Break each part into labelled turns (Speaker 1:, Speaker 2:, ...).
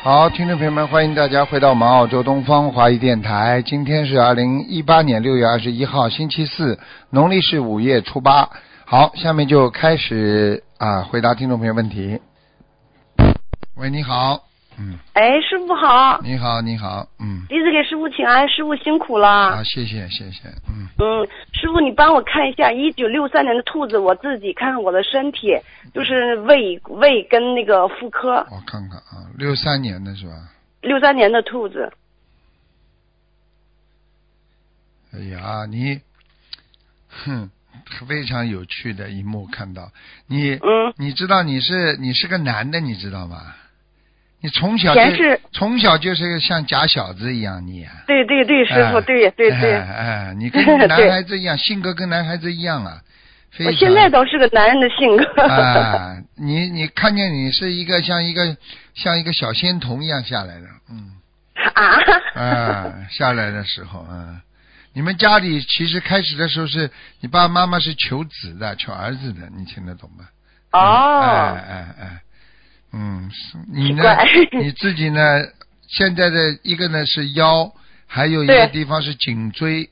Speaker 1: 好，听众朋友们，欢迎大家回到我们澳洲东方华语电台。今天是二零一八年六月二十一号，星期四，农历是五月初八。好，下面就开始啊，回答听众朋友问题。喂，你好，嗯，
Speaker 2: 哎，师傅好，
Speaker 1: 你好，你好，嗯，
Speaker 2: 弟子给师傅请安，师傅辛苦了。
Speaker 1: 好，谢谢，谢谢，嗯，
Speaker 2: 嗯，师傅，你帮我看一下一九六三年的兔子，我自己看看我的身体，就是胃胃跟那个妇科。
Speaker 1: 我看看啊，六三年的是吧？
Speaker 2: 六三年的兔子，
Speaker 1: 哎呀，你，哼，非常有趣的一幕看到你，
Speaker 2: 嗯，
Speaker 1: 你知道你是你是个男的，你知道吗？你从小就
Speaker 2: 前世
Speaker 1: 从小就是个像假小子一样，你、啊、
Speaker 2: 对对对，师傅，
Speaker 1: 哎
Speaker 2: 对对对
Speaker 1: 哎，哎，你跟 男孩子一样，性格跟男孩子一样啊，非
Speaker 2: 我
Speaker 1: 常。
Speaker 2: 现在倒是个男人的性格。
Speaker 1: 啊，你你看见你是一个像一个像一个小仙童一样下来的，嗯
Speaker 2: 啊，
Speaker 1: 啊，下来的时候啊，你们家里其实开始的时候是你爸爸妈妈是求子的，求儿子的，你听得懂吗？哎
Speaker 2: 哦，
Speaker 1: 哎哎，嗯，是你
Speaker 2: 奇
Speaker 1: 呢
Speaker 2: 怪？
Speaker 1: 你自己呢？现在的一个呢是腰，还有一个
Speaker 2: 对
Speaker 1: 地方是颈椎，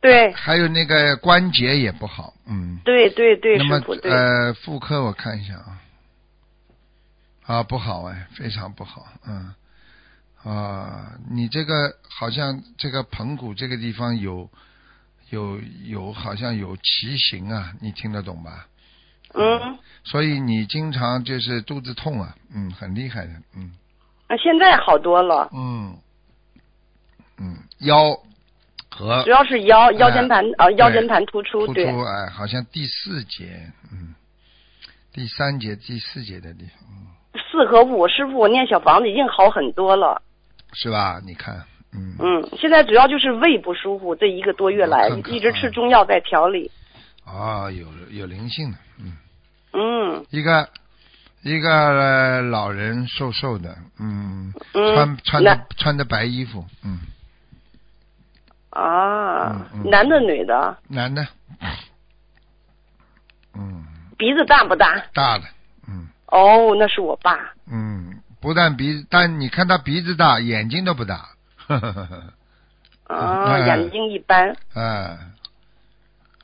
Speaker 2: 对
Speaker 1: 还有那个关节也不好，嗯。
Speaker 2: 对对对，
Speaker 1: 那
Speaker 2: 师
Speaker 1: 么
Speaker 2: 傅对，
Speaker 1: 呃，妇科我看一下啊，啊不好哎，非常不好，嗯，啊，你这个好像这个盆骨这个地方有有有好像有畸形啊，你听得懂吧？
Speaker 2: 嗯，
Speaker 1: 所以你经常就是肚子痛啊，嗯，很厉害的，嗯
Speaker 2: 啊现在好多了，
Speaker 1: 嗯嗯，腰和
Speaker 2: 主要是腰腰
Speaker 1: 哎
Speaker 2: 间盘啊腰
Speaker 1: 对
Speaker 2: 间盘突出，
Speaker 1: 突
Speaker 2: 对，
Speaker 1: 出哎，好像第四节，嗯，第三节、第四节的地方。
Speaker 2: 四和五，师傅我念小房子已经好很多了。
Speaker 1: 是吧？你看，嗯，
Speaker 2: 嗯，现在主要就是胃不舒服，这一个多月来
Speaker 1: 我看看啊
Speaker 2: 一直吃中药在调理。
Speaker 1: 啊，有有灵性的，嗯，
Speaker 2: 嗯
Speaker 1: 一个一个、呃老人瘦瘦的，嗯，
Speaker 2: 嗯，
Speaker 1: 穿穿
Speaker 2: 男
Speaker 1: 的穿的白衣服，嗯，
Speaker 2: 啊，
Speaker 1: 嗯嗯
Speaker 2: 男的女的，
Speaker 1: 男的，嗯，
Speaker 2: 鼻子大不大？
Speaker 1: 大的，嗯
Speaker 2: 哦，那是我爸。
Speaker 1: 嗯，不但鼻子，但你看他鼻子大，眼睛都不大， 呵呵呵呵，
Speaker 2: 啊，
Speaker 1: 嗯
Speaker 2: 眼睛一般。
Speaker 1: 啊，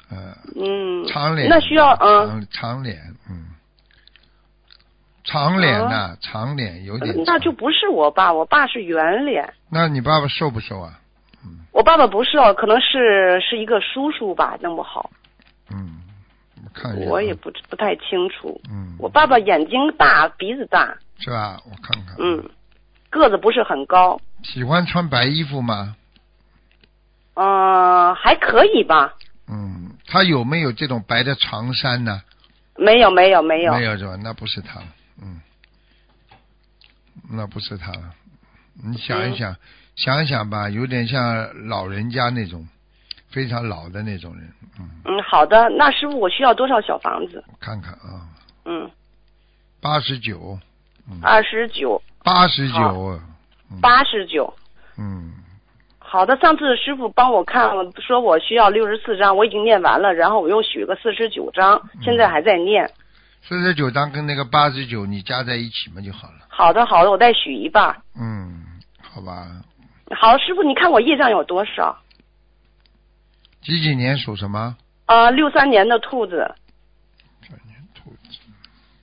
Speaker 1: 呃，
Speaker 2: 嗯，
Speaker 1: 长脸，
Speaker 2: 那需要嗯，
Speaker 1: 长长脸，嗯，长脸呐、长脸有点长，
Speaker 2: 啊那就不是我爸，我爸是圆脸。
Speaker 1: 那你爸爸瘦不瘦啊？
Speaker 2: 我爸爸不是哦，可能是是一个叔叔吧，弄不好，
Speaker 1: 嗯，我看一下啊，
Speaker 2: 我也不不太清楚。
Speaker 1: 嗯，
Speaker 2: 我爸爸眼睛大，鼻子大，
Speaker 1: 是吧？我看看，，
Speaker 2: 嗯，个子不是很高，
Speaker 1: 喜欢穿白衣服吗？
Speaker 2: 嗯、还可以吧。
Speaker 1: 嗯，他有没有这种白的长衫呢？
Speaker 2: 没有没有没
Speaker 1: 没
Speaker 2: 有，
Speaker 1: 是吧？那不是他了，嗯，那不是他了。你想一想，
Speaker 2: 嗯
Speaker 1: 想一想吧，有点像老人家那种，非常老的那种人。嗯，
Speaker 2: 嗯，好的，那师傅我需要多少小房子？
Speaker 1: 我看看啊，
Speaker 2: 嗯，
Speaker 1: 八十九，嗯
Speaker 2: 二十九，
Speaker 1: 八十
Speaker 2: 啊好
Speaker 1: 九，嗯
Speaker 2: 八十九。
Speaker 1: 嗯，
Speaker 2: 好的，上次师傅帮我看，说我需要六十四张，我已经念完了，然后我又许个四十九张，
Speaker 1: 嗯
Speaker 2: 现在还在念。
Speaker 1: 四十九张跟那个八十九你加在一起嘛就好了。
Speaker 2: 好的，好的，我再许一半。
Speaker 1: 嗯，好吧。
Speaker 2: 好，师傅，你看我业障有多少？
Speaker 1: 几几年属什么？
Speaker 2: 呃，六三年的兔子，
Speaker 1: 三年兔子，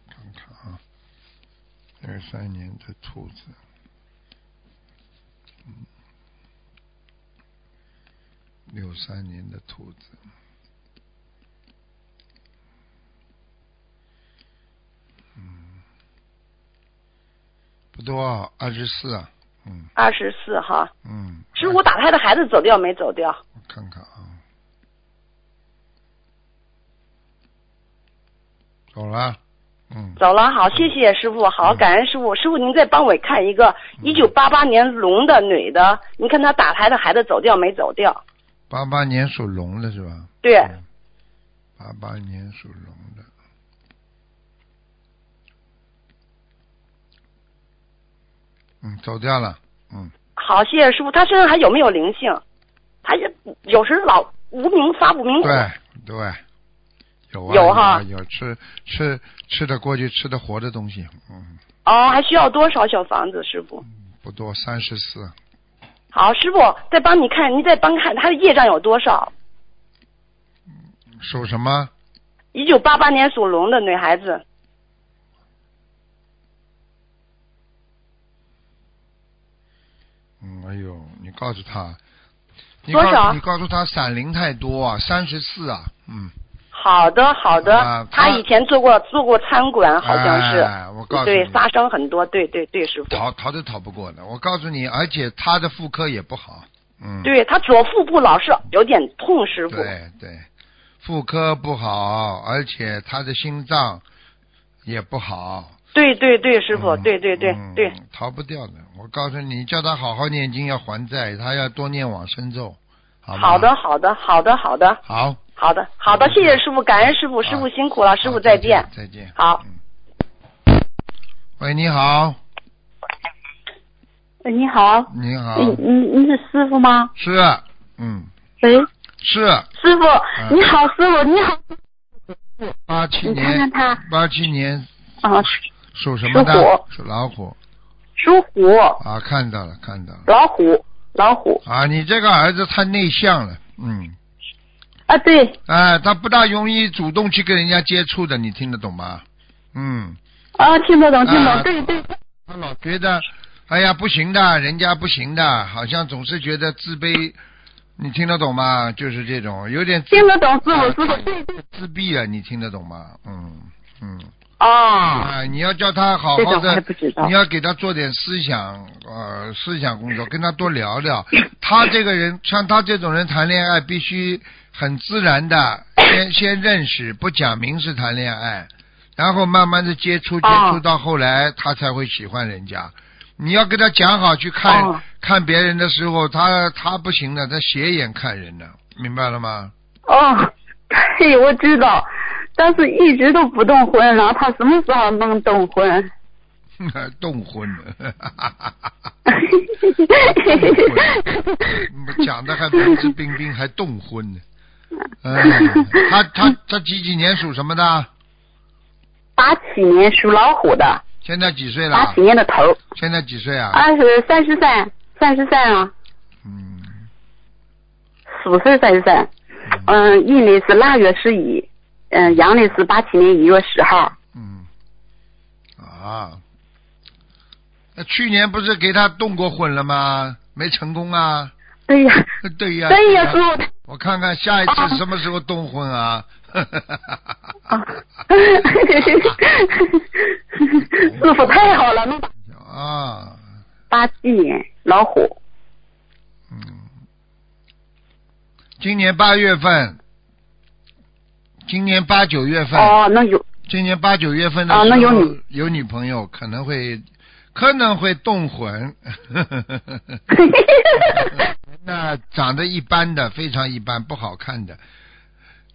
Speaker 1: 看看啊，二三年的兔子。嗯，六三年的兔子，嗯，不多，二十四啊，嗯
Speaker 2: 二十四哈。
Speaker 1: 嗯，
Speaker 2: 师傅，我打胎的孩子走掉没走掉？
Speaker 1: 我看看啊，走了，嗯，
Speaker 2: 走了，好，谢谢师傅，好，
Speaker 1: 嗯
Speaker 2: 感恩师傅。师傅，您再帮我看一个一九八八年龙的女的，您看她打胎的孩子走掉没走掉？
Speaker 1: 八八年属龙的是吧？
Speaker 2: 对，
Speaker 1: 八八年属龙的，嗯，走掉了，嗯，
Speaker 2: 好，谢谢师傅。她身上还有没有灵性？她也有时老无名发无名火。
Speaker 1: 对对，有啊
Speaker 2: 嗯有
Speaker 1: 有
Speaker 2: 哈
Speaker 1: 啊有吃吃吃的过去吃的活的东西，嗯，
Speaker 2: 哦，还需要多少小房子，师傅？
Speaker 1: 不多，三十四。
Speaker 2: 好，师傅再帮你看，您再帮看他的业障有多少？
Speaker 1: 属什么？
Speaker 2: 一九八八年属龙的女孩子，
Speaker 1: 嗯，哎呦，你告诉他，你
Speaker 2: 多
Speaker 1: 告
Speaker 2: 少
Speaker 1: 你告诉他闪灵太多啊，三十四啊，嗯，
Speaker 2: 好的好的，
Speaker 1: 啊
Speaker 2: 她
Speaker 1: 她
Speaker 2: 以前做过做过餐馆，好像是，
Speaker 1: 哎我告诉
Speaker 2: 对
Speaker 1: 你
Speaker 2: 杀生很多，对对对，师傅，
Speaker 1: 逃逃都逃不过的。我告诉你，而且他的妇科也不好，嗯，
Speaker 2: 对她左腹部老是有点痛，师傅，
Speaker 1: 对对，妇科不好，而且他的心脏也不好，
Speaker 2: 对对对，师傅，
Speaker 1: 嗯
Speaker 2: 对对对
Speaker 1: 嗯
Speaker 2: 对，
Speaker 1: 逃不掉的。我告诉你，叫他好好念经，要还债，他要多念往生咒，好吗
Speaker 2: 好的，好的好的好的
Speaker 1: 好，
Speaker 2: 好的好的，谢谢师傅，感恩师傅，师傅辛苦了，师
Speaker 1: 嗯好
Speaker 2: 傅再见
Speaker 1: 见，，再见。
Speaker 2: 好，
Speaker 1: 嗯。喂，你好，
Speaker 3: 喂，呃你好，呃
Speaker 1: 你好，
Speaker 3: 你你你是师傅吗？
Speaker 1: 是，嗯，
Speaker 3: 喂，
Speaker 1: 是
Speaker 3: 师傅，你好，师傅，你好，
Speaker 1: 八七
Speaker 3: 你看
Speaker 1: 年
Speaker 3: 看，他
Speaker 1: 八七年
Speaker 3: 啊，
Speaker 1: 属什么
Speaker 3: 属
Speaker 1: 的
Speaker 3: 虎？
Speaker 1: 属老虎
Speaker 3: 属虎，
Speaker 1: 啊，看到了，看到了
Speaker 3: 老虎，老虎
Speaker 1: 啊，你这个儿子太内向了，嗯，
Speaker 3: 啊，对，
Speaker 1: 哎，他不大容易主动去跟人家接触的，你听得懂吗？嗯，
Speaker 3: 啊，听得懂，听得
Speaker 1: 啊
Speaker 3: 懂，对对，
Speaker 1: 他老觉得，哎呀，不行的，人家不行的，好像总是觉得自卑，你听得懂吗？就是这种，有点自
Speaker 3: 听得懂，师
Speaker 1: 啊
Speaker 3: 傅，师傅，
Speaker 1: 对
Speaker 3: 对对，
Speaker 1: 自闭了，你听得懂吗？嗯嗯。
Speaker 3: 啊，
Speaker 1: 啊，你要叫他好
Speaker 3: 这
Speaker 1: 好
Speaker 3: 种还
Speaker 1: 的
Speaker 3: 不，知道
Speaker 1: 你，要给他做点思想，呃，思想工作，跟他多聊聊。他这个人，像他这种人谈恋爱，必须很自然的，先先认识，不讲明是谈恋爱，然后慢慢的接触，接触
Speaker 3: 哦
Speaker 1: 到后来，他才会喜欢人家。你要跟他讲好，去看、
Speaker 3: 哦
Speaker 1: 看别人的时候，他他不行的，他斜眼看人的，明白了吗？
Speaker 3: 哦， 对，我知道，但是一直都不动婚，然后他什么时候能动婚？
Speaker 1: 动婚了。讲
Speaker 3: 讲
Speaker 1: 的还文质彬彬，还动 婚呢。哎，他他他几几年属什么的？
Speaker 3: 八七年属老虎的，
Speaker 1: 现在几岁
Speaker 3: 八
Speaker 1: 了
Speaker 3: 七？年的头，
Speaker 1: 现在几岁啊？
Speaker 3: 二十三十三，三十三啊，
Speaker 1: 嗯，
Speaker 3: 属是三十三。嗯，阴历是腊月十一，嗯，阳历是八七年一月十号。
Speaker 1: 嗯，啊，那去年不是给他动过婚了吗？没成功啊。
Speaker 3: 对呀，
Speaker 1: 对呀、
Speaker 3: 对呀，师傅。
Speaker 1: 我看看下一次什么时候动婚啊？
Speaker 3: 啊 师傅太好了，能把
Speaker 1: 啊，
Speaker 3: 八七年老虎。
Speaker 1: 嗯，今年八月份，今年八九月份，
Speaker 3: 哦，能有
Speaker 1: 今年八九月份的时
Speaker 3: 哦
Speaker 1: 候、
Speaker 3: 那有
Speaker 1: 有
Speaker 3: 你
Speaker 1: 女朋友，可能会可能会动魂。 那长得一般的，非常一般，不好看的。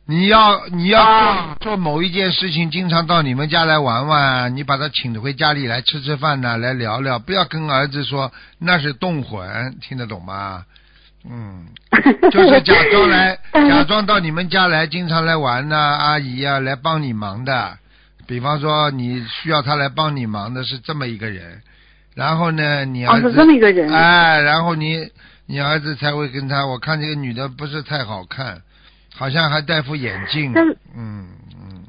Speaker 1: 你要你要做、
Speaker 3: 啊
Speaker 1: 做某一件事情，经常到你们家来玩玩啊，你把他请回家里来吃吃饭呐、来聊聊，不要跟儿子说那是动魂，听得懂吗？嗯， 就是假装来，
Speaker 3: 嗯
Speaker 1: 假装到你们家来，经常来玩呐、阿姨呀、来帮你忙的。比方说，你需要他来帮你忙的是这么一个人，然后呢，你
Speaker 3: 哦，
Speaker 1: 儿
Speaker 3: 是
Speaker 1: 子
Speaker 3: 这么一个人。
Speaker 1: 哎，然后你你儿子才会跟他，我看这个女的不是太好看，好像还戴副眼镜
Speaker 3: 但是，
Speaker 1: 嗯嗯，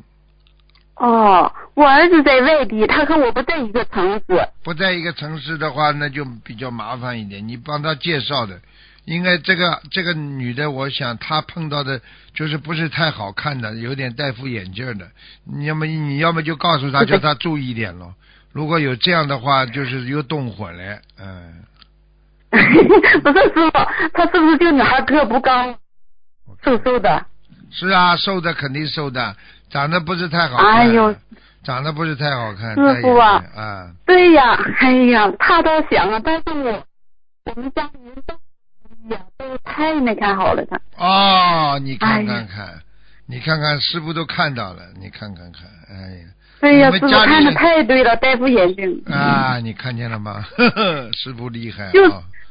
Speaker 3: 哦，我儿子在外地，他和我不在一个城市。
Speaker 1: 不在一个城市的话，那就比较麻烦一点。你帮他介绍的，应该这个这个女的，我想她碰到的就是不是太好看的，有点戴副眼镜的。你要么你要么就告诉她，
Speaker 3: 是
Speaker 1: 叫
Speaker 3: 的
Speaker 1: 她注意一点咯。如果有这样的话，就是又动火了，嗯。
Speaker 3: 不是师傅，他是不是就女孩个不高，
Speaker 1: 我看
Speaker 3: 瘦瘦的？
Speaker 1: 是啊，瘦的肯定瘦的，长得不是太好看。
Speaker 3: 哎呦，
Speaker 1: 长得不是太好看。
Speaker 3: 师傅啊
Speaker 1: 戴眼镜啊，
Speaker 3: 对呀，哎呀，他倒想啊，但是我我们家里人都哎呀都太没看好了他。
Speaker 1: 哦，你看
Speaker 3: 哎
Speaker 1: 看
Speaker 3: 呀
Speaker 1: 看，你看看，师傅都看到了，你看看看，哎呀。
Speaker 3: 对呀，
Speaker 1: 你
Speaker 3: 师
Speaker 1: 们
Speaker 3: 傅
Speaker 1: 家里
Speaker 3: 看的太对了，戴副眼镜，
Speaker 1: 啊，你看见了吗？呵呵，师傅厉害啊！
Speaker 3: 就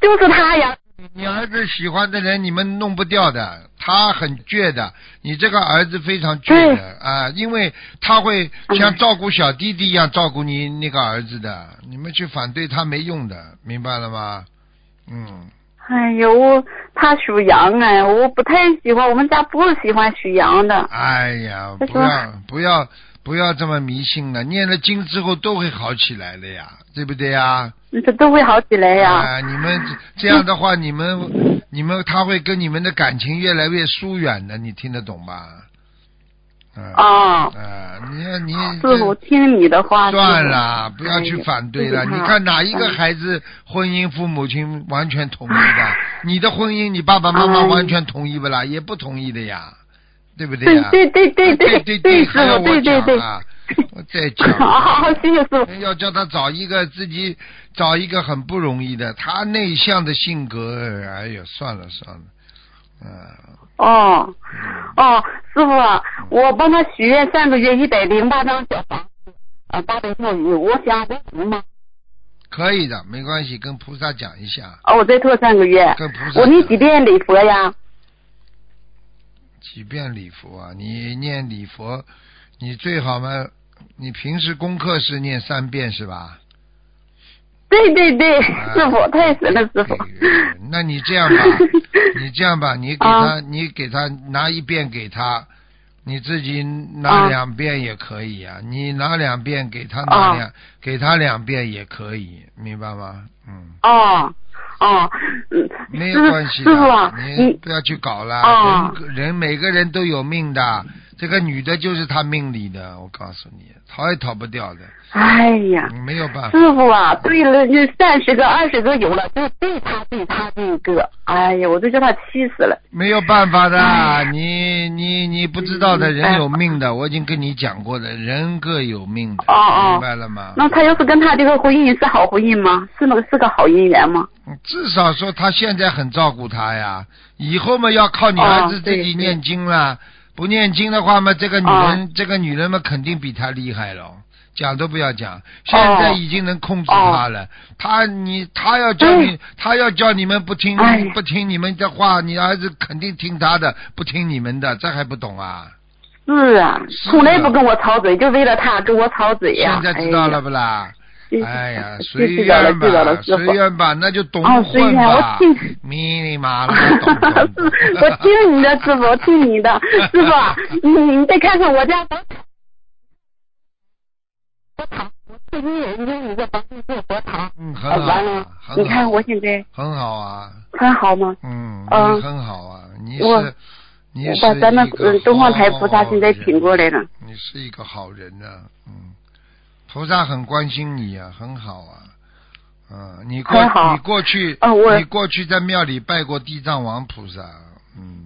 Speaker 3: 就是他呀，
Speaker 1: 你儿子喜欢的人，你们弄不掉的，他很倔的，你这个儿子非常倔的啊，因为他会像照顾小弟弟一样照顾你那个儿子的，你们去反对他没用的，明白了吗？嗯，
Speaker 3: 哎呦，我他属羊哎，我不太喜欢，我们家不喜欢属羊的。
Speaker 1: 哎呀，
Speaker 3: 他
Speaker 1: 不
Speaker 3: 说
Speaker 1: 要不要不要这么迷信了，念了经之后都会好起来的呀，对不对呀？
Speaker 3: 这都会好起来呀。
Speaker 1: 啊，你们这这样的话，你们你们他会跟你们的感情越来越疏远的，你听得懂吧？嗯、啊，
Speaker 3: 哦，
Speaker 1: 你看你
Speaker 3: 师傅，我听你的话。
Speaker 1: 算
Speaker 3: 师
Speaker 1: 了，不要去反对了。
Speaker 3: 哎呀
Speaker 1: 你看哪一个孩子婚姻父母亲完全同意的？
Speaker 3: 嗯
Speaker 1: 你的婚姻你爸爸妈妈
Speaker 3: 哎
Speaker 1: 完全同意不啦？也不同意的呀，对不
Speaker 3: 傅。
Speaker 1: 对呀？哎
Speaker 3: 对对对
Speaker 1: 对
Speaker 3: 对
Speaker 1: 对，
Speaker 3: 师
Speaker 1: 还要
Speaker 3: 傅，
Speaker 1: 我
Speaker 3: 对对对
Speaker 1: 讲。啊，我再讲。啊哎
Speaker 3: 好好好，谢谢师傅。
Speaker 1: 要叫他找一个自己找一个很不容易的，他内向的性格，哎呀，算了算了，嗯、
Speaker 3: 哦，哦，师傅啊，我帮他许愿上个月一百零八张小房子，啊，八百条鱼，我想我行吗？
Speaker 1: 可以的，没关系，跟菩萨讲一下，
Speaker 3: 哦，我再拖三个月。
Speaker 1: 跟菩萨讲。
Speaker 3: 我念几遍礼佛呀？
Speaker 1: 几遍礼佛啊？你念礼佛，你最好嘛，你平时功课是念三遍是吧？
Speaker 3: 对对对，
Speaker 1: 啊
Speaker 3: 师傅太神了，师傅。
Speaker 1: 哎呦那你这样 吧，你这样吧，你给他，
Speaker 3: 啊
Speaker 1: 你给他拿一遍给他，你自己拿
Speaker 3: 啊
Speaker 1: 两遍也可以呀、你拿两遍给他拿
Speaker 3: 啊
Speaker 1: 两，给他两遍也可以，明白吗？嗯，
Speaker 3: 哦哦，嗯，
Speaker 1: 没
Speaker 3: 师
Speaker 1: 有关系
Speaker 3: 师傅啊
Speaker 1: 的，，你
Speaker 3: 你
Speaker 1: 不要去搞了。
Speaker 3: 啊
Speaker 1: 人人每个人都有命的，这个女的就是她命里的，我告诉你，逃也逃不掉的，
Speaker 3: 哎呀，
Speaker 1: 你没有办法。
Speaker 3: 师傅啊，对了，那三十个、二十个有了，就对他对他这一个，哎呀，我都叫他气死了。
Speaker 1: 没有办法
Speaker 3: 嗯
Speaker 1: 的，你你你不知道的，人有命的，我已经跟你讲过了，人各有命的，
Speaker 3: 哦哦
Speaker 1: 明白了吗？
Speaker 3: 那他要是跟他这个婚姻是好婚姻吗？是那个是个好姻缘吗？
Speaker 1: 嗯至少说他现在很照顾他呀，以后嘛要靠你
Speaker 3: 哦
Speaker 1: 儿子自己
Speaker 3: 对啊
Speaker 1: 念经啦，不念经的话嘛，这个女人、这个女人嘛肯定比他厉害了。讲都不要
Speaker 3: 啊
Speaker 1: 讲，现在已经能控制他了。他你他要叫你，他要叫你们不听
Speaker 3: 哎
Speaker 1: 不听你们的话，你儿子肯定听他的，不听你们的，这还不懂啊？
Speaker 3: 是啊，
Speaker 1: 是
Speaker 3: 从来
Speaker 1: 啊
Speaker 3: 不跟我吵嘴，就为了他跟我吵嘴呀、
Speaker 1: 现在知道了不啦？
Speaker 3: 哎呀，
Speaker 1: 哎呀，
Speaker 3: 知
Speaker 1: 随
Speaker 3: 知道了
Speaker 1: 缘
Speaker 3: 知道了
Speaker 1: 吧，，
Speaker 3: 师
Speaker 1: 随
Speaker 3: 傅。
Speaker 1: 缘吧，那就懂
Speaker 3: 哦随
Speaker 1: 混
Speaker 3: 缘
Speaker 1: 吧
Speaker 3: 我听，
Speaker 1: 迷你麻了， 懂
Speaker 3: 哈哈，
Speaker 1: 懂
Speaker 3: 是，我听你的，师傅，我听你的，师傅啊，你你再看看我家房，佛堂，我最近也用一个房子做佛堂，
Speaker 1: 嗯，很
Speaker 3: 呃
Speaker 1: 好
Speaker 3: 完了
Speaker 1: 啊，，很好
Speaker 3: 你看我现在
Speaker 1: 很好啊，
Speaker 3: 穿好吗？
Speaker 1: 嗯，
Speaker 3: 嗯
Speaker 1: 你很好啊，你
Speaker 3: 我
Speaker 1: 是你
Speaker 3: 我
Speaker 1: 是
Speaker 3: 把咱们
Speaker 1: 一个
Speaker 3: 嗯东方台
Speaker 1: 好
Speaker 3: 菩萨现在请过来了，
Speaker 1: 人，你是一个好人呐，嗯，菩萨很关心你啊，很好啊。嗯，你过
Speaker 3: 很好
Speaker 1: 你过去，
Speaker 3: 哦我
Speaker 1: 你过去在庙里拜过地藏王菩萨，嗯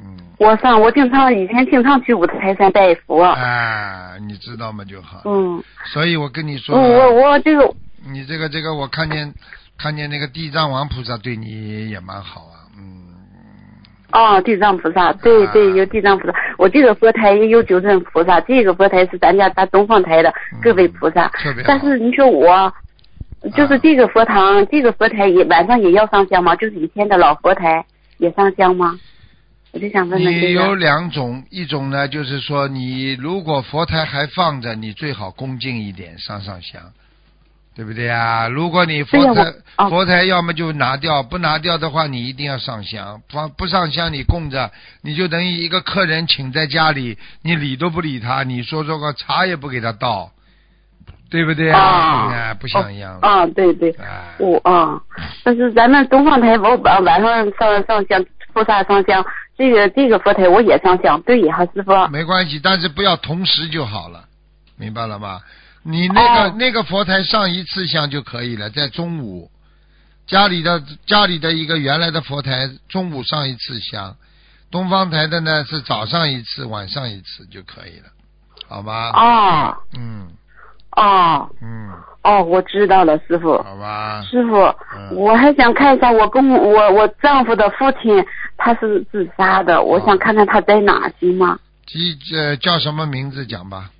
Speaker 1: 嗯，
Speaker 3: 我上我经常以前经常去五台山拜佛，啊
Speaker 1: 哎，你知道吗就好。
Speaker 3: 嗯，
Speaker 1: 所以我跟你说
Speaker 3: 我我
Speaker 1: 啊，
Speaker 3: 我这个
Speaker 1: 你这个这个，我看见看见那个地藏王菩萨对你也蛮好啊，嗯，
Speaker 3: 哦，地藏菩
Speaker 1: 啊
Speaker 3: 萨，对对，有地藏菩萨。我这个佛台也有九尊菩萨，这个佛台是咱家咱东方台的
Speaker 1: 嗯
Speaker 3: 各位菩萨。
Speaker 1: 特别好啊
Speaker 3: 但是你说我，就是这个佛堂，这个佛台也晚上也要上香吗？就是以前的老佛台也上香吗？我就想问问
Speaker 1: 你
Speaker 3: 这
Speaker 1: 有
Speaker 3: 个。
Speaker 1: 两种，一种呢就是说，你如果佛台还放着，你最好恭敬一点，上上香，对不对啊？如果你佛
Speaker 3: 对
Speaker 1: 台
Speaker 3: 呀、我哦
Speaker 1: 佛台要么就拿掉，不拿掉的话，你一定要上香，不不上香你供着，你就等于一个客人请在家里，你理都不理他，你说这个茶也不给他倒，对不对啊？
Speaker 3: 啊
Speaker 1: 哎不像样了，
Speaker 3: 啊，对对，
Speaker 1: 哎
Speaker 3: 我啊，但是咱们东方台我晚晚上上上香，菩萨上香，这个这个佛台我也上香，对呀，师傅。
Speaker 1: 没关系，但是不要同时就好了，明白了吗？你那个、
Speaker 3: 哦
Speaker 1: 那个佛台上一次香就可以了，在中午，家里的家里的一个原来的佛台中午上一次香，东方台的呢是早上一次，晚上一次就可以了，好吗？
Speaker 3: 哦
Speaker 1: 嗯
Speaker 3: 哦
Speaker 1: 嗯，
Speaker 3: 哦，我知道了，师傅。
Speaker 1: 好吧。
Speaker 3: 师傅，
Speaker 1: 啊嗯
Speaker 3: 我还想看一下我公我我丈夫的父亲，他是自杀
Speaker 1: 啊
Speaker 3: 的，我想看看他在哪，行吗？
Speaker 1: 记呃叫什么名字讲吧？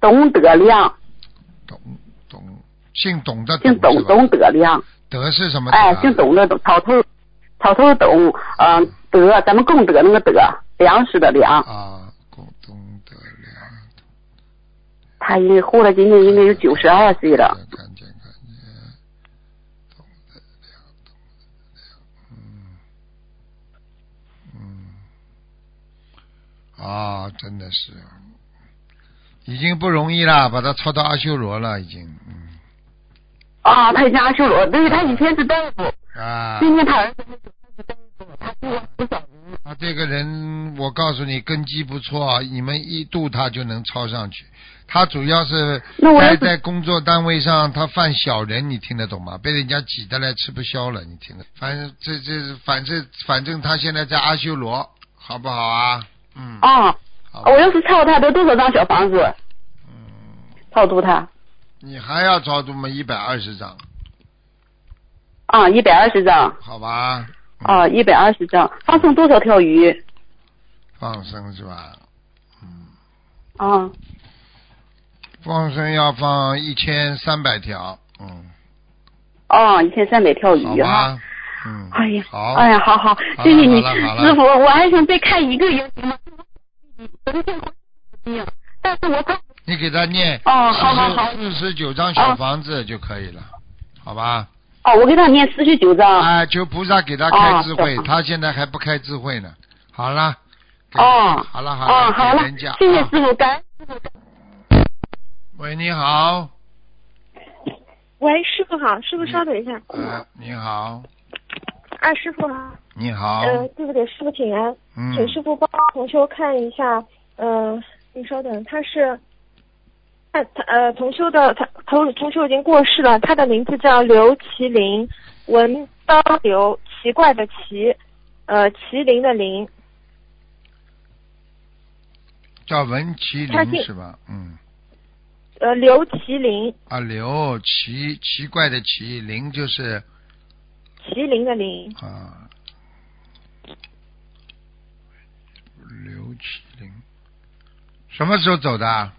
Speaker 3: 董德亮，
Speaker 1: 啊董董姓董的
Speaker 3: 姓
Speaker 1: 董
Speaker 3: 董，
Speaker 1: 是吧
Speaker 3: 董德亮，
Speaker 1: 德是什么德啊？
Speaker 3: 哎，姓董的董，草头，草头董，嗯、德，咱们共德那个德，粮食的粮，
Speaker 1: 啊，古东德良，
Speaker 3: 他应该活了今年应该有九十二岁了。
Speaker 1: 看见看见，懂得了，懂得了，嗯，嗯，啊，真的是，已经不容易啦，把他抄到阿修罗了，已经，嗯，
Speaker 3: 啊，他已经阿修罗，对，他以前是大夫，
Speaker 1: 啊，
Speaker 3: 今天他儿子是大夫，他对我不少。
Speaker 1: 他这个人，我告诉你，根基不错，你们一度他就能抄上去。他主要是
Speaker 3: 那我
Speaker 1: 待
Speaker 3: 要是
Speaker 1: 在工作单位上，他犯小人，你听得懂吗？被人家挤得来吃不消了，你听得？反正这这反正反正他现在在阿修罗，好不好啊？嗯，
Speaker 3: 啊，
Speaker 1: 好吧
Speaker 3: 我要是超他得多少张小房子？超度他
Speaker 1: 嗯你还要超度吗？一百二十张，
Speaker 3: 啊，一百二十张
Speaker 1: 好吧？嗯
Speaker 3: 啊，一百二十张，放生多少条鱼
Speaker 1: 放生是吧？嗯，
Speaker 3: 啊？
Speaker 1: 放生要放一千三百条，嗯，
Speaker 3: 哦，一千三百条
Speaker 1: 好
Speaker 3: 鱼哈。
Speaker 1: 吧？嗯，
Speaker 3: 哎呀，
Speaker 1: 好，
Speaker 3: 哎呀，好好，
Speaker 1: 好
Speaker 3: 谢谢
Speaker 1: 了
Speaker 3: 你，
Speaker 1: 好了好了
Speaker 3: 师傅，我还想再看一个也行吗？我的健康病，但是我看
Speaker 1: 你给他念
Speaker 3: 哦好好好
Speaker 1: 四十九张小房子就可以了，好吧？
Speaker 3: 哦，我给他念四十九章。
Speaker 1: 啊，求菩萨给他开智慧，
Speaker 3: 哦
Speaker 1: 他现在还不开智慧呢。好啦，给
Speaker 3: 哦，
Speaker 1: 好了好了，
Speaker 3: 哦，好
Speaker 1: 给
Speaker 3: 了
Speaker 1: 人家，
Speaker 3: 谢谢
Speaker 1: 啊
Speaker 3: 师傅，感恩。
Speaker 1: 喂，你好，
Speaker 4: 喂，师傅
Speaker 1: 嗯
Speaker 4: 好，师傅稍等一下。
Speaker 1: 呃，你好，
Speaker 4: 啊，师傅好。
Speaker 1: 你好，
Speaker 4: 呃，对不对，师傅请安，
Speaker 1: 嗯，
Speaker 4: 请师傅帮同修看一下。呃，你稍等，他是，他他呃，同修的他同同修已经过世了，他的名字叫刘麒麟，文刀刘，奇怪的奇，呃，麒麟的麟。
Speaker 1: 叫文麒
Speaker 4: 他
Speaker 1: 麟
Speaker 4: 姓
Speaker 1: 是吧？嗯，
Speaker 4: 呃，刘麒麟，
Speaker 1: 啊，刘奇奇怪的奇，麟就是
Speaker 4: 麒麟的麟。
Speaker 1: 啊，刘麒麟，什么时候走的啊？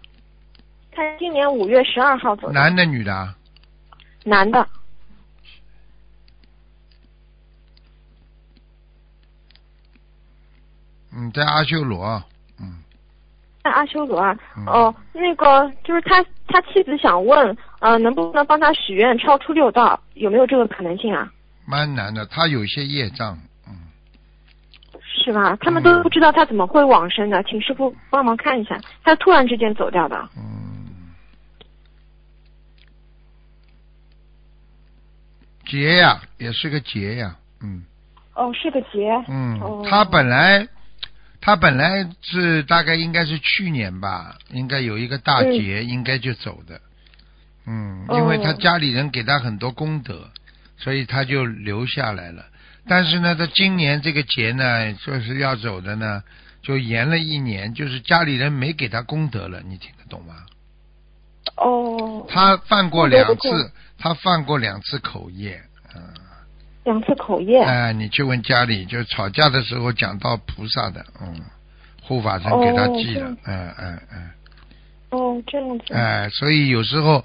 Speaker 4: 他今年五月十二号走的，
Speaker 1: 男的女的啊？
Speaker 4: 男的。
Speaker 1: 嗯，在阿修罗，嗯，
Speaker 4: 在阿修罗啊
Speaker 1: 嗯，
Speaker 4: 哦，那个就是他，他妻子想问，呃，能不能帮他许愿超出六道，有没有这个可能性啊？
Speaker 1: 蛮难的。他有些业障，嗯，
Speaker 4: 是吧？他们都不知道他怎么会往生的，请师傅帮忙看一下，他突然之间走掉的。
Speaker 1: 嗯，劫呀、也是个劫呀、嗯
Speaker 4: 哦，是个劫。
Speaker 1: 嗯
Speaker 4: 哦，
Speaker 1: 他本来他本来是大概应该是去年吧，应该有一个大劫，应该就走的，嗯，因为他
Speaker 4: 哦
Speaker 1: 家里人给他很多功德，所以他就留下来了。但是呢，他今年这个劫呢，就是要走的呢，就延了一年，就是家里人没给他功德了，你听得懂吗？
Speaker 4: 哦，
Speaker 1: 他犯过
Speaker 4: 功德
Speaker 1: 两
Speaker 4: 不
Speaker 1: 次，他犯过两次口业。嗯，
Speaker 4: 两次口业。
Speaker 1: 哎、你去问家里，就吵架的时候讲到菩萨的，嗯，护法神给他
Speaker 4: 哦
Speaker 1: 记
Speaker 4: 这
Speaker 1: 了
Speaker 4: 样，
Speaker 1: 嗯嗯嗯，
Speaker 4: 哦，这样子。
Speaker 1: 哎、所以有时候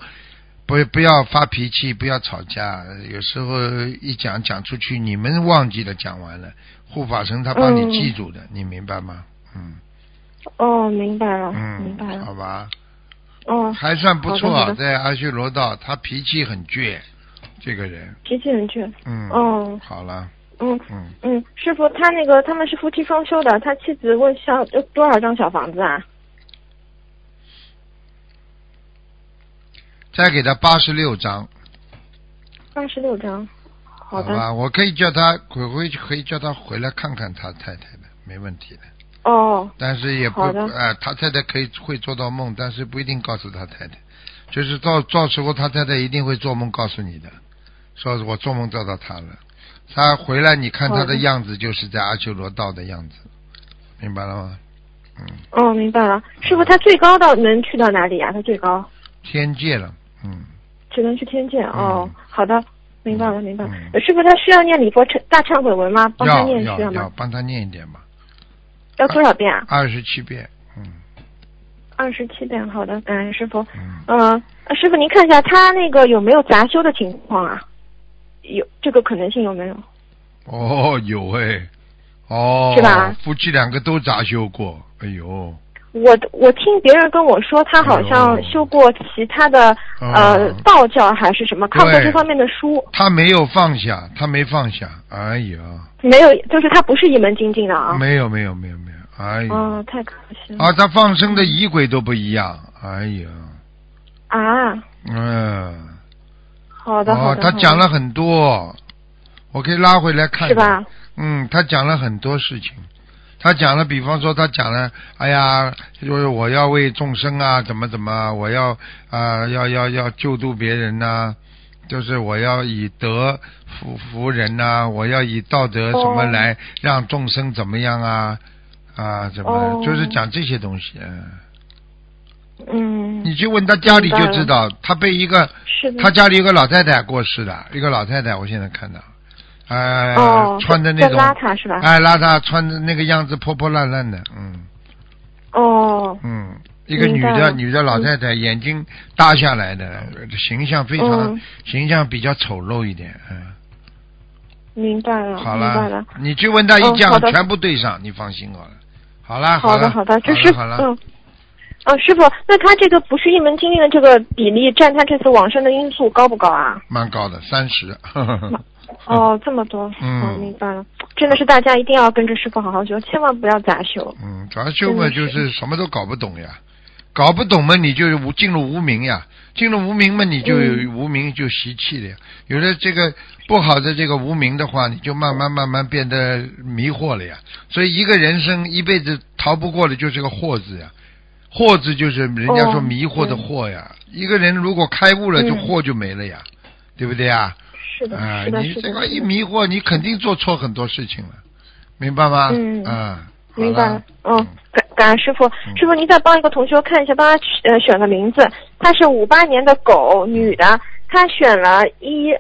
Speaker 1: 不不要发脾气，不要吵架，有时候一讲讲出去，你们忘记了讲完了，护法神他帮你
Speaker 4: 嗯
Speaker 1: 记住的，你明白吗？嗯
Speaker 4: 哦，明白了，明白
Speaker 1: 嗯，
Speaker 4: 了。
Speaker 1: 好吧，
Speaker 4: 哦，
Speaker 1: 还算不错
Speaker 4: 好
Speaker 1: 啊，
Speaker 4: 的好的
Speaker 1: 在阿修罗道，他脾气很倔，这个人，
Speaker 4: 脾气很倔。
Speaker 1: 嗯，
Speaker 4: 哦
Speaker 1: 好了，
Speaker 4: 嗯
Speaker 1: 嗯。
Speaker 4: 嗯，师傅，他那个他们是夫妻双修的，他妻子问要多少张小房子啊？
Speaker 1: 再给他八十六张，
Speaker 4: 八十六张。好的。
Speaker 1: 吧？我可以叫他，我会可以叫他回来看看他太太的，没问题的。
Speaker 4: 哦，
Speaker 1: 但是也不，
Speaker 4: 好的
Speaker 1: 呃，他太太可以会做到梦，但是不一定告诉他太太，就是到到时候他太太一定会做梦告诉你的，说我做梦做到他了。他回来，你看他
Speaker 4: 好
Speaker 1: 的
Speaker 4: 的
Speaker 1: 样子，就是在阿修罗道的样子，明白了吗？嗯，
Speaker 4: 哦，明白了。师傅，他最高到能去到哪里啊呀、他最高
Speaker 1: 天界了，嗯，
Speaker 4: 只能去天界。哦
Speaker 1: 嗯，
Speaker 4: 好的，明白了，明白了
Speaker 1: 嗯。
Speaker 4: 呃师傅，他需要念礼佛忏大忏悔文吗？帮他
Speaker 1: 要
Speaker 4: 念需
Speaker 1: 要要
Speaker 4: 吗？
Speaker 1: 帮他念一点吧，
Speaker 4: 要多少遍啊？
Speaker 1: 二十七遍，嗯
Speaker 4: 二十七遍。好的，感恩师傅。
Speaker 1: 嗯，
Speaker 4: 嗯、呃，师傅您看一下他那个有没有杂修的情况啊？有这个可能性有没有？
Speaker 1: 哦，有哎，哦，
Speaker 4: 是吧？
Speaker 1: 夫妻两个都杂修过，哎呦，
Speaker 4: 我我听别人跟我说，他好
Speaker 1: 哎
Speaker 4: 像
Speaker 1: 呦
Speaker 4: 修过其他的、呃
Speaker 1: 哦
Speaker 4: 道教还是什么，看过
Speaker 1: 对
Speaker 4: 这方面的书，
Speaker 1: 他没有放下，他没放下，哎呀，
Speaker 4: 没有，就是他不是一门精进的啊。
Speaker 1: 没有没有没有没有，哎呀，
Speaker 4: 哦，太可惜了
Speaker 1: 啊，他放生的仪轨都不一样，哎呀，
Speaker 4: 啊！
Speaker 1: 嗯，
Speaker 4: 好的，好
Speaker 1: 哦，
Speaker 4: 的。
Speaker 1: 他
Speaker 4: 好的
Speaker 1: 讲了很多，我可以拉回来看，
Speaker 4: 是吧？？
Speaker 1: 嗯，他讲了很多事情，他讲了，比方说他讲了，哎呀，就是我要为众生啊，怎么怎么，我要啊、要要要救度别人呐、就是我要以德服服人呐、我要以道德什么
Speaker 4: 哦
Speaker 1: 来让众生怎么样啊啊，怎么、
Speaker 4: 哦
Speaker 1: 就是讲这些东西。嗯
Speaker 4: 嗯，
Speaker 1: 你去问他家里
Speaker 4: 明白
Speaker 1: 就
Speaker 4: 了
Speaker 1: 知道，他被一个
Speaker 4: 是的。
Speaker 1: 他家里有个老太太过世的，一个老太太，我现在看到，呃，
Speaker 4: 哦，
Speaker 1: 穿的那种，
Speaker 4: 邋遢是吧？
Speaker 1: 哎，邋遢，穿着那个样子破破烂烂的，嗯
Speaker 4: 哦，
Speaker 1: 嗯，一个女
Speaker 4: 明白
Speaker 1: 的
Speaker 4: 了嗯
Speaker 1: 女的老太太，眼睛耷下来的，形象非常、
Speaker 4: 嗯
Speaker 1: 形象比较丑陋一点，嗯，
Speaker 4: 明白了，
Speaker 1: 好
Speaker 4: 嗯明白
Speaker 1: 了
Speaker 4: 了。，
Speaker 1: 你去问他一
Speaker 4: 嗯
Speaker 1: 讲
Speaker 4: 好，的
Speaker 1: 全部对上，你放心好了，好啦，
Speaker 4: 好
Speaker 1: 了，
Speaker 4: 的，
Speaker 1: 好
Speaker 4: 的，这
Speaker 1: 了
Speaker 4: 师傅，
Speaker 1: 好了，
Speaker 4: 嗯。啊，师傅，那他这个不是一门精进的这个比例占他这次往生的因素高不高啊？
Speaker 1: 蛮高的，三 十，
Speaker 4: 哦，这么多，
Speaker 1: 嗯
Speaker 4: 好明白了。真的是大家一定要跟着师傅好好修，千万不要杂修。
Speaker 1: 嗯，主要修嘛
Speaker 4: 真
Speaker 1: 就
Speaker 4: 的是
Speaker 1: 是什么都搞不懂呀，搞不懂嘛你就无进入无名呀，进入无名嘛你就
Speaker 4: 嗯
Speaker 1: 有无名就习气了呀。有了这个不好的这个无名的话，你就慢慢慢慢变得迷惑了呀。所以一个人生一辈子逃不过的就是个惑字呀，惑字就是人家说
Speaker 4: 哦
Speaker 1: 迷惑的惑呀。一个人如果开悟了，
Speaker 4: 嗯
Speaker 1: 就惑就没了呀，对不对呀？
Speaker 4: 是的，
Speaker 1: 啊，
Speaker 4: 是的，
Speaker 1: 你
Speaker 4: 是
Speaker 1: 这
Speaker 4: 的
Speaker 1: 个。一迷惑，你肯定做错很多事情了，明白吗？
Speaker 4: 嗯
Speaker 1: 啊，好
Speaker 4: 明白
Speaker 1: 了嗯
Speaker 4: 了，嗯，感感恩师傅，师傅您再帮一个同学看一下，帮他呃选个名字，她是五八年的狗，女的，她选了一、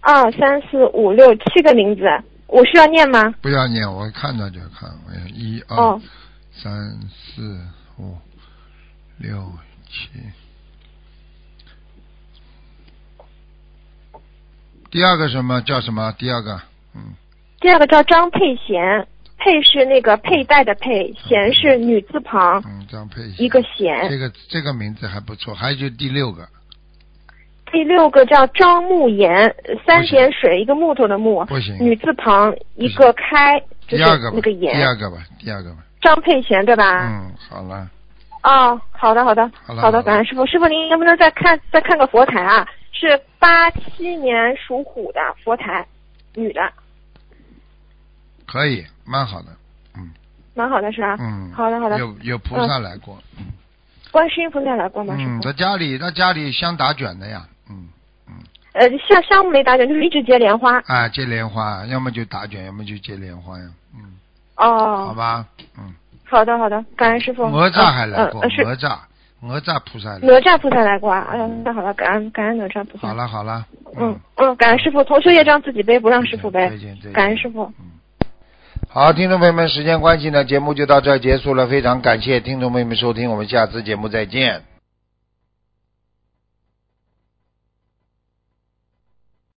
Speaker 4: 二、三、四、五、六七个名字，我需要念吗？
Speaker 1: 不要念，我看到就看。我要一二
Speaker 4: 哦，
Speaker 1: 三四五六七。第二个什么叫什么？第二个，嗯，
Speaker 4: 第二个叫张佩贤，佩是那个佩戴的佩，贤是女字旁
Speaker 1: 嗯，张佩贤
Speaker 4: 哦一个贤。
Speaker 1: 这个这个名字还不错，还有就第六个，
Speaker 4: 第六个叫张木言，三点水一个木头的木，
Speaker 1: 不行
Speaker 4: 哦女字旁一个开，
Speaker 1: 第
Speaker 4: 就是
Speaker 1: 二个吧，
Speaker 4: 那个啊
Speaker 1: 第
Speaker 4: 言，
Speaker 1: 二个吧，第二个吧，
Speaker 4: 张佩贤对吧？
Speaker 1: 嗯，好了，
Speaker 4: 哦，好的好的
Speaker 1: 好了好
Speaker 4: 的，
Speaker 1: 了
Speaker 4: 感恩师傅，师傅您能不能再看再看个佛台啊？是八七年属虎的佛台，女的，
Speaker 1: 可以，蛮好的，嗯
Speaker 4: 蛮好的是吧？
Speaker 1: 嗯，
Speaker 4: 好的好嗯的，
Speaker 1: 有有菩萨来过，
Speaker 4: 观世音菩萨来过吗？师
Speaker 1: 嗯，
Speaker 4: 傅
Speaker 1: 在，家里在家里香打卷的呀，嗯。
Speaker 4: 呃，像香没打卷，就是一直结莲花。
Speaker 1: 啊，接莲花，要么就打卷，要么就接莲花呀。嗯，好
Speaker 4: 哦，
Speaker 1: 吧，嗯。
Speaker 4: 好的好的，感恩师傅。
Speaker 1: 哪吒还来过，
Speaker 4: 嗯呃是
Speaker 1: 哪吒，哪吒菩萨来
Speaker 4: 哪
Speaker 1: 过。
Speaker 4: 吒菩萨来过啊？嗯，那好了，感恩感恩哪吒菩萨。
Speaker 1: 好了好了，
Speaker 4: 嗯，嗯，感恩师傅，同修业障自己背，不让师傅背
Speaker 1: 再见再见。嗯
Speaker 4: 感恩师傅。
Speaker 1: 好，听众朋友们，时间关系呢，节目就到这儿结束了。非常感谢听众朋友们收听，我们下次节目再见。